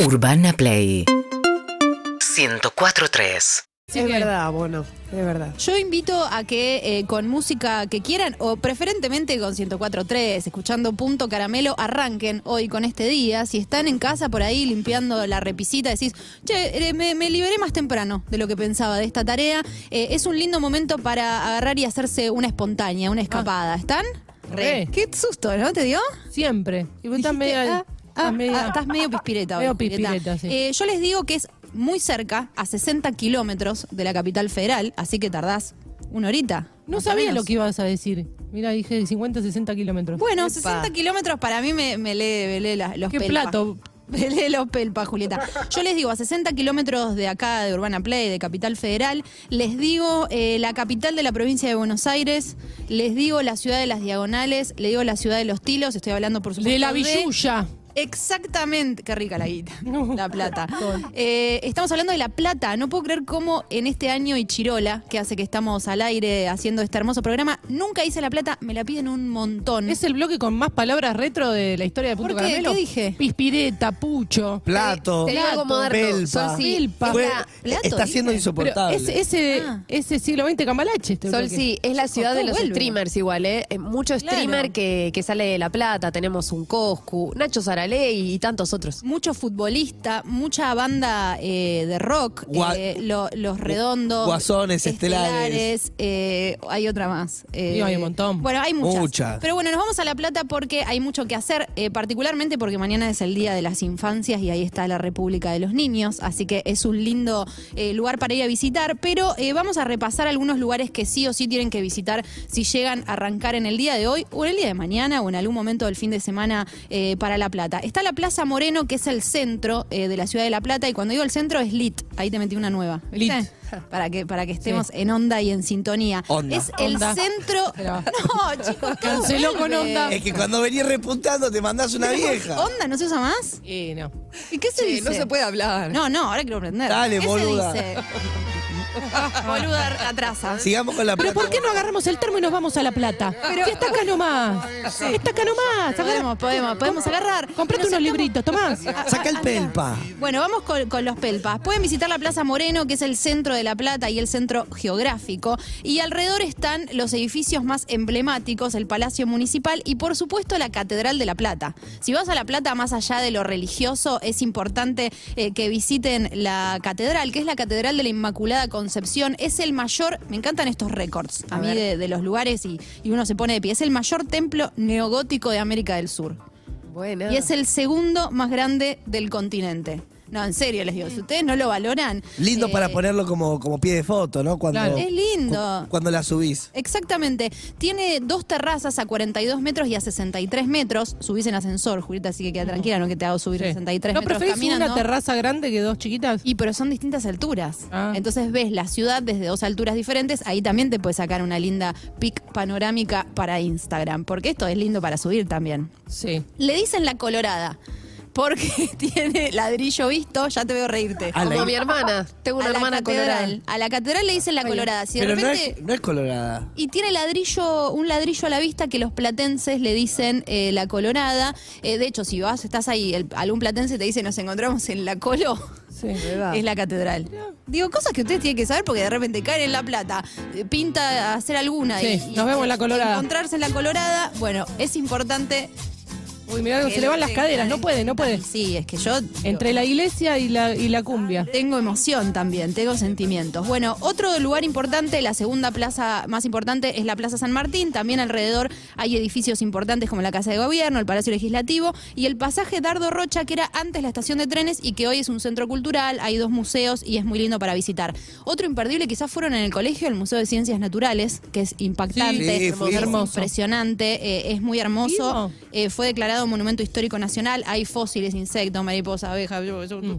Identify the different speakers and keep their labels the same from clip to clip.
Speaker 1: Urbana Play 104.3
Speaker 2: Así
Speaker 3: es
Speaker 2: que
Speaker 3: verdad, bueno, es verdad.
Speaker 2: Yo invito a que eh, con música que quieran, o preferentemente con 104.3, escuchando Punto Caramelo, arranquen hoy con este día. Si están en casa por ahí limpiando la repisita, decís, che, eh, me, me liberé más temprano de lo que pensaba de esta tarea. Eh, es un lindo momento para agarrar y hacerse una espontánea, una escapada. ¿Están?
Speaker 4: Re.
Speaker 2: Qué susto, ¿no? ¿Te dio?
Speaker 4: Siempre. Y vos estás
Speaker 2: Dijiste,
Speaker 4: media.
Speaker 2: ah, ah,
Speaker 4: a media-
Speaker 2: ah, estás medio pispireta. hoy,
Speaker 4: Medio
Speaker 2: Julieta.
Speaker 4: pispireta, sí.
Speaker 2: Eh, yo les digo que es muy cerca, a 60 kilómetros de la capital federal, así que tardás una horita.
Speaker 4: no
Speaker 2: más o
Speaker 4: sabía
Speaker 2: menos.
Speaker 4: lo que ibas a decir. Mira, dije 50, 60 kilómetros.
Speaker 2: Bueno, 60 kilómetros para mí me, me lee, me lee la- los
Speaker 4: ¿Qué
Speaker 2: pelpa.
Speaker 4: plato?
Speaker 2: Me lee los pelpa, Julieta. Yo les digo, a 60 kilómetros de acá, de Urbana Play, de Capital Federal, les digo eh, la capital de la provincia de Buenos Aires, les digo la ciudad de las Diagonales, le digo la ciudad de los Tilos, estoy hablando por supuesto
Speaker 4: De la villuya.
Speaker 2: Exactamente, qué rica la guita,
Speaker 4: No.
Speaker 2: la plata. Eh, estamos hablando de la plata, no puedo creer cómo en este año y Chirola, que hace que estamos al aire haciendo este hermoso programa, nunca hice la plata, me la piden un montón.
Speaker 4: Es el bloque con más palabras retro de la historia de Punto
Speaker 2: Mm. ¿Por qué?
Speaker 4: Caramelo.
Speaker 2: ¿Qué dije?
Speaker 4: Pispireta, pucho.
Speaker 5: Plato.
Speaker 6: Te digo algo moderno.
Speaker 5: Pelpa.
Speaker 6: Solsi,
Speaker 4: Pelpa.
Speaker 6: es
Speaker 5: Fue-
Speaker 6: la-
Speaker 2: plato,
Speaker 5: está siendo
Speaker 2: dice.
Speaker 4: Pero
Speaker 5: insoportable.
Speaker 4: es, ese,
Speaker 2: Ah.
Speaker 4: ese siglo XX cambalache. Este
Speaker 6: Sol,
Speaker 4: bloque.
Speaker 6: sí, es la ciudad de los
Speaker 2: vuelve.
Speaker 6: streamers igual, ¿eh? Eh, Mucho
Speaker 2: Claro.
Speaker 6: streamer que, que sale de La Plata, tenemos un Coscu, Nacho Saraley y tantos otros.
Speaker 2: Mucho futbolista, mucha banda eh, de rock,
Speaker 5: Gua-
Speaker 2: eh, lo- los redondos,
Speaker 5: Guasones, Estelares.
Speaker 2: eh, hay otra más. eh,
Speaker 4: Y hay un montón.
Speaker 2: Bueno, hay muchas.
Speaker 5: Muchas.
Speaker 2: Pero bueno, nos vamos a La Plata porque hay mucho que hacer, eh, particularmente porque mañana es el Día de las Infancias y ahí está la República de los Niños, así que es un lindo eh, lugar para ir a visitar, pero eh, vamos a repasar algunos lugares que sí o sí tienen que visitar si llegan a arrancar en el día de hoy o en el día de mañana o en algún momento del fin de semana eh, para La Plata. Está la Plaza Moreno, que es el centro eh, de la ciudad de La Plata, y cuando digo el centro es Lit, ahí te metí una nueva. ¿viste?
Speaker 4: Lit.
Speaker 2: Para que, para que estemos en onda y en sintonía.
Speaker 5: Onda.
Speaker 2: Es el
Speaker 4: Onda.
Speaker 2: centro.
Speaker 4: Pero-
Speaker 2: No, chicos, todo
Speaker 4: Canceló con
Speaker 2: vuelve.
Speaker 4: onda.
Speaker 5: Es que cuando venís repuntando te mandás una vieja.
Speaker 2: ¿Onda no se usa más?
Speaker 4: Eh, no.
Speaker 2: ¿Y qué se dice?
Speaker 6: hablar.
Speaker 2: No, no, ahora quiero aprender.
Speaker 5: Dale,
Speaker 2: ¿Qué
Speaker 5: boluda.
Speaker 2: se dice? boluda atrasa.
Speaker 5: Sigamos con la
Speaker 4: Pero ¿por
Speaker 5: plata.
Speaker 4: qué no agarramos el termo y nos vamos a La Plata? Está acá nomás. Está acá nomás.
Speaker 2: Podemos, podemos, podemos agarrar.
Speaker 4: Comprate
Speaker 2: Nos
Speaker 4: unos
Speaker 2: sentamos-
Speaker 4: libritos, Tomás.
Speaker 2: Ah,
Speaker 5: Saca el
Speaker 2: ah,
Speaker 5: pelpa.
Speaker 2: Bueno, vamos con, con los pelpas. Pueden visitar la Plaza Moreno, que es el centro de La Plata y el centro geográfico. Y alrededor están los edificios más emblemáticos, el Palacio Municipal y, por supuesto, la Catedral de La Plata. Si vas a La Plata, más allá de lo religioso, es importante eh, que visiten la catedral, que es la Catedral de la Inmaculada Concepción. Es el mayor, me encantan estos récords a,
Speaker 6: A
Speaker 2: mí
Speaker 6: ver.
Speaker 2: de, de los lugares y, y uno se pone de pie. Es el mayor templo neogótico de América del Sur.
Speaker 6: Bueno.
Speaker 2: Y es el segundo más grande del continente. No, en serio les digo, si ustedes no lo valoran.
Speaker 5: Lindo
Speaker 2: eh,
Speaker 5: para ponerlo como, como pie de foto, ¿no? Cuando,
Speaker 4: Claro.
Speaker 2: Es lindo.
Speaker 5: cu- cuando la subís.
Speaker 2: Exactamente. Tiene dos terrazas a 42 metros y a 63 metros. Subís en ascensor, Julieta, así que queda tranquila, no que te hago subir
Speaker 4: Sí.
Speaker 2: 63
Speaker 4: ¿No
Speaker 2: metros
Speaker 4: preferís
Speaker 2: caminando.
Speaker 4: una terraza grande que dos chiquitas?
Speaker 2: Y pero son distintas alturas.
Speaker 4: Ah.
Speaker 2: Entonces ves la ciudad desde dos alturas diferentes. Ahí también te puedes sacar una linda pic panorámica para Instagram. Porque esto es lindo para subir también.
Speaker 4: Sí.
Speaker 2: Le dicen la colorada. Porque tiene ladrillo visto, ya te veo reírte.
Speaker 5: A la-
Speaker 6: Como mi hermana, tengo una
Speaker 2: a la
Speaker 6: hermana
Speaker 2: catedral.
Speaker 6: colorada.
Speaker 2: A la catedral le dicen la colorada. Si de
Speaker 5: Pero no
Speaker 2: repente.
Speaker 5: es, no es colorada.
Speaker 2: Y tiene ladrillo, un ladrillo a la vista que los platenses le dicen eh, la colorada. Eh, de hecho, si vas, estás ahí, el- algún platense te dice nos encontramos en la colo.
Speaker 4: Sí.
Speaker 6: Ah.
Speaker 2: Es la catedral. Digo, cosas que ustedes tienen que saber porque de repente caer en La Plata, eh, pinta hacer alguna.
Speaker 4: Sí,
Speaker 2: y- y-
Speaker 4: nos vemos en La Colorada.
Speaker 2: Encontrarse en La Colorada, bueno, es importante.
Speaker 4: Uy, mirá,
Speaker 2: que
Speaker 4: se le van las
Speaker 2: tengan-
Speaker 4: caderas. No puede, no puede.
Speaker 2: Sí, es que yo. digo,
Speaker 4: Entre la iglesia y la, y la cumbia.
Speaker 2: Tengo emoción también, tengo sentimientos. Bueno, otro lugar importante, la segunda plaza más importante es la Plaza San Martín. También alrededor hay edificios importantes como la Casa de Gobierno, el Palacio Legislativo y el pasaje Dardo Rocha, que era antes la estación de trenes y que hoy es un centro cultural. Hay dos museos y es muy lindo para visitar. Otro imperdible, quizás fueron en el colegio, el Museo de Ciencias Naturales, que es impactante,
Speaker 5: Sí, fui.
Speaker 2: es
Speaker 4: Hermoso.
Speaker 2: impresionante, eh, es muy hermoso.
Speaker 4: Vivo.
Speaker 2: Eh, fue declarado Monumento Histórico Nacional. Hay fósiles, insectos, mariposas, abejas,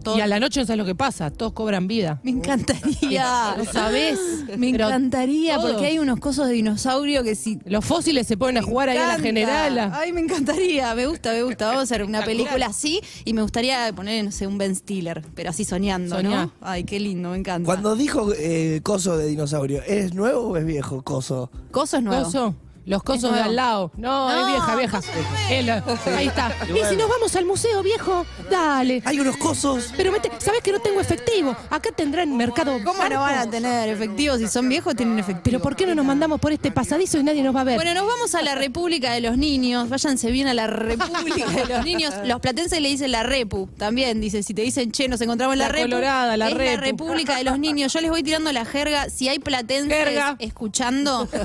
Speaker 2: todo
Speaker 4: Y a la noche no sabes lo que pasa. Todos cobran vida.
Speaker 2: me encantaría.
Speaker 4: No sabés.
Speaker 2: Me
Speaker 4: Pero
Speaker 2: encantaría,
Speaker 4: todo.
Speaker 2: porque hay unos cosos de dinosaurio que si.
Speaker 4: Los fósiles se ponen a jugar ahí a la
Speaker 2: Canta.
Speaker 4: generala.
Speaker 2: Ay, me encantaría, me gusta, me gusta. Vamos a hacer una película así y me gustaría poner, no sé, un Ben Stiller, pero así soñando,
Speaker 4: Soñá.
Speaker 2: ¿no? Ay, qué lindo, me encanta.
Speaker 5: Cuando dijo eh, coso de dinosaurio, ¿es nuevo o es viejo coso?
Speaker 2: Coso es nuevo.
Speaker 4: Coso. Los cosos de
Speaker 2: nuevo.
Speaker 4: al lado. No,
Speaker 2: No,
Speaker 4: es vieja, vieja. Es la- ahí está. Y,
Speaker 5: Y bueno.
Speaker 4: si nos vamos al museo, viejo, dale.
Speaker 5: Hay unos cosos.
Speaker 4: Pero mete, ¿sabés que no tengo efectivo? Acá tendrán mercado.
Speaker 2: ¿Cómo no
Speaker 4: blanco.
Speaker 2: van a tener efectivos? Si son viejos, tienen efectivos.
Speaker 4: Pero ¿por qué no nos mandamos por este pasadizo y nadie nos va a ver?
Speaker 2: Bueno, nos vamos a la República de los Niños. Váyanse bien a la República de los Niños. Los platenses le dicen la Repu. También dice, si te dicen, che, nos encontramos en la,
Speaker 4: La
Speaker 2: Repu.
Speaker 4: Colorada, la
Speaker 2: es la
Speaker 4: Repu.
Speaker 2: República de los Niños. Yo les voy tirando la jerga. Si hay platenses
Speaker 4: Jerga.
Speaker 2: escuchando, eh,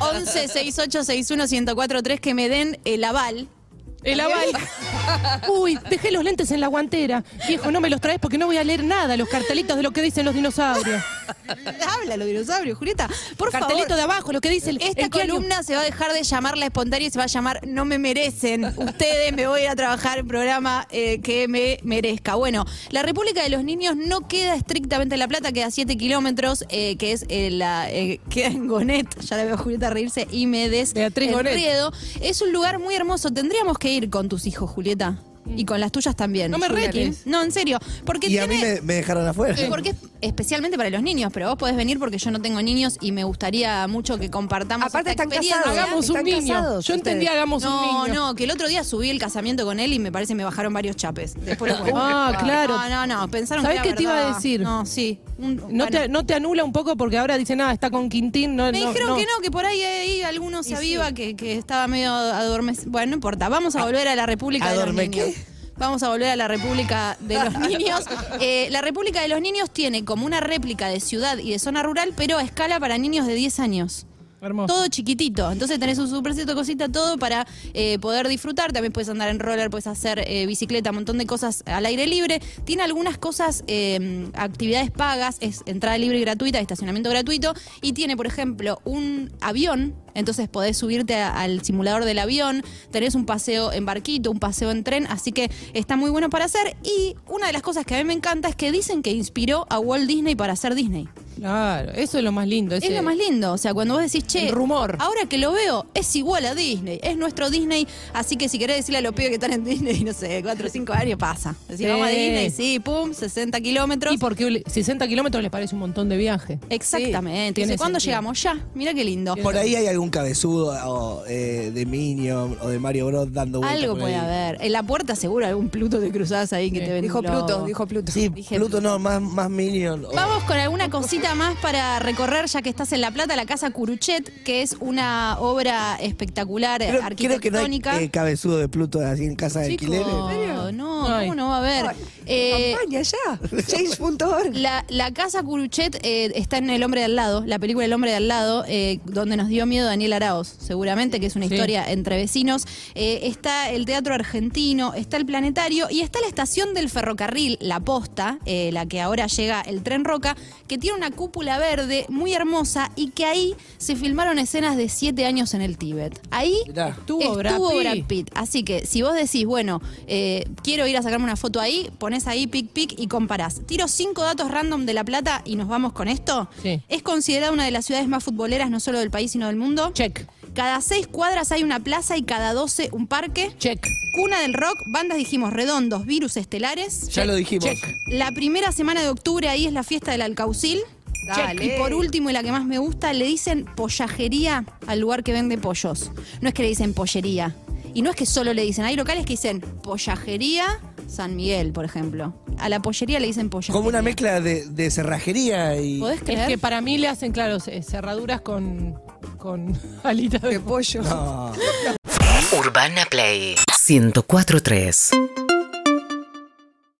Speaker 2: 11 68 61 1043 que me den el aval.
Speaker 4: el aval. Uy, dejé los lentes en la guantera. Viejo, no me los traes porque no voy a leer nada, los cartelitos de lo que dicen los dinosaurios.
Speaker 2: Habla los dinosaurios, Julieta. Por
Speaker 4: Cartelito
Speaker 2: favor.
Speaker 4: de abajo, lo que dice el,
Speaker 2: Esta
Speaker 4: ¿en qué año?
Speaker 2: columna se va a dejar de llamar la espontánea y se va a llamar No me merecen. Ustedes me voy a ir a trabajar en programa eh, que me merezca. Bueno, la República de los Niños no queda estrictamente en La Plata, queda 7 kilómetros, eh, que es eh, la. eh, queda en Gonet, ya la veo a Julieta reírse, y me des
Speaker 4: Beatriz
Speaker 2: el
Speaker 4: Gonet.
Speaker 2: Riedo. Es un lugar muy hermoso. Tendríamos que ir con tus hijos, Julieta. Y con las tuyas también.
Speaker 4: Mm. No me
Speaker 2: Julia
Speaker 4: retes.
Speaker 2: Kim. No, en serio. Porque
Speaker 5: Y
Speaker 2: tiene...
Speaker 5: a mí me, me dejaron afuera.
Speaker 2: Y porque es especialmente para los niños, pero vos podés venir porque yo no tengo niños y me gustaría mucho que compartamos
Speaker 6: Aparte
Speaker 2: esta
Speaker 6: están
Speaker 2: experiencia.
Speaker 6: casados.
Speaker 4: Hagamos un
Speaker 6: ¿Están
Speaker 4: niño.
Speaker 6: casados
Speaker 4: Yo entendí,
Speaker 6: ustedes?
Speaker 4: hagamos un
Speaker 2: No,
Speaker 4: niño.
Speaker 2: no, que el otro día subí el casamiento con él y me parece me bajaron varios chapes. Después lo cuento.
Speaker 4: Ah, claro.
Speaker 2: No, no, no, pensaron
Speaker 4: ¿Sabés
Speaker 2: que era
Speaker 4: qué te iba a
Speaker 2: verdad.
Speaker 4: decir?
Speaker 2: No, sí. Un-
Speaker 4: No,
Speaker 2: bueno.
Speaker 4: te, no te anula un poco porque ahora dice nada, está con Quintín. No,
Speaker 2: me
Speaker 4: no,
Speaker 2: dijeron
Speaker 4: no.
Speaker 2: que no, que por ahí, ahí alguno se
Speaker 6: Y
Speaker 2: aviva que, que estaba medio adormecido. Bueno, no importa. Vamos a volver a la República de los
Speaker 5: ¿Adorme qué?
Speaker 2: Niños. Vamos a volver a la República de los Niños. Eh, la República de los Niños tiene como una réplica de ciudad y de zona rural, pero a escala para niños de 10 años.
Speaker 4: Hermoso.
Speaker 2: Todo chiquitito. Entonces tenés un supercito, cosita, todo para eh, poder disfrutar. También puedes andar en roller, puedes hacer eh, bicicleta, un montón de cosas al aire libre. Tiene algunas cosas, eh, actividades pagas, es entrada libre y gratuita, estacionamiento gratuito. Y tiene, por ejemplo, un avión. Entonces podés subirte a- al simulador del avión, tenés un paseo en barquito, un paseo en tren, así que está muy bueno para hacer. Y una de las cosas que a mí me encanta es que dicen que inspiró a Walt Disney para hacer Disney.
Speaker 4: Claro, eso es lo más lindo.
Speaker 2: Es
Speaker 4: ese-
Speaker 2: lo más lindo, o sea, cuando vos decís, che,
Speaker 4: El rumor.
Speaker 2: ahora que lo veo, es igual a Disney, es nuestro Disney, así que si querés decirle a los pibes que están en Disney, no sé, 4 o 5 años, pasa. Decís,
Speaker 4: Sí.
Speaker 2: vamos a Disney, sí, pum, 60 kilómetros.
Speaker 4: Y porque le- 60 kilómetros les parece un montón de viaje.
Speaker 2: Exactamente.
Speaker 4: Sí, tiene
Speaker 2: Entonces, ¿Cuándo
Speaker 4: sentido.
Speaker 2: llegamos? Ya, mira qué lindo.
Speaker 5: Por ahí hay algún cabezudo o, eh, de Minion o de Mario Bros dando vueltas.
Speaker 2: Algo
Speaker 5: por
Speaker 2: puede
Speaker 5: ahí.
Speaker 2: haber. En la puerta seguro algún Pluto te cruzás ahí que te vende
Speaker 6: Dijo
Speaker 2: un globo.
Speaker 6: Pluto, dijo Pluto.
Speaker 5: Sí,
Speaker 2: Dije-
Speaker 5: Pluto no, más, más Minion. o-
Speaker 2: Vamos con alguna cosita más para recorrer, ya que estás en La Plata, la Casa Curuchet, que es una obra espectacular,
Speaker 5: Creo, creo que no hay
Speaker 2: arquitectónica.
Speaker 5: eh, cabezudo de Pluto así en casa de
Speaker 2: Chico,
Speaker 5: alquileres.
Speaker 2: no,
Speaker 4: Ay.
Speaker 2: ¿cómo no va a haber? Eh,
Speaker 6: Campaña ya. Change.org.
Speaker 2: la, la casa Curuchet eh, está en El Hombre de Al Lado, la película El Hombre de Al Lado, eh, donde nos dio miedo Daniel Araoz, seguramente, que es una
Speaker 4: Sí.
Speaker 2: historia entre vecinos. Eh, está el Teatro Argentino, está el Planetario y está la estación del ferrocarril, La Posta, eh, la que ahora llega el Tren Roca, que tiene una cúpula verde muy hermosa y que ahí se filmaron escenas de siete años en el Tíbet. Ahí
Speaker 5: Mirá.
Speaker 4: Estuvo Brad Pitt.
Speaker 2: Pitt. Así que si vos decís, bueno, eh, quiero ir a sacarme una foto ahí, pones ahí pic pic y comparás. Tiro cinco datos random de La Plata y nos vamos con esto.
Speaker 4: Sí.
Speaker 2: Es considerada una de las ciudades más futboleras, no solo del país, sino del mundo.
Speaker 4: Check,
Speaker 2: Cada seis cuadras hay una plaza y cada doce un parque.
Speaker 4: check.
Speaker 2: Cuna del rock, bandas dijimos redondos, virus estelares.
Speaker 5: Ya lo dijimos.
Speaker 4: Check.
Speaker 2: La primera semana de octubre ahí es la fiesta del alcaucil.
Speaker 6: Dale.
Speaker 2: Y por último, y la que más me gusta, le dicen pollajería al lugar que vende pollos. No es que le dicen pollería. Y no es que solo le dicen, hay locales que dicen pollajería San Miguel, por ejemplo. A la pollería le dicen pollajería.
Speaker 5: Como una mezcla de, de cerrajería y.
Speaker 2: ¿Podés creer?
Speaker 4: Es que para mí le hacen, claro, ce- cerraduras con, con
Speaker 5: Ah.
Speaker 4: alitas de pollo.
Speaker 5: No.
Speaker 1: Urbana Play 104.3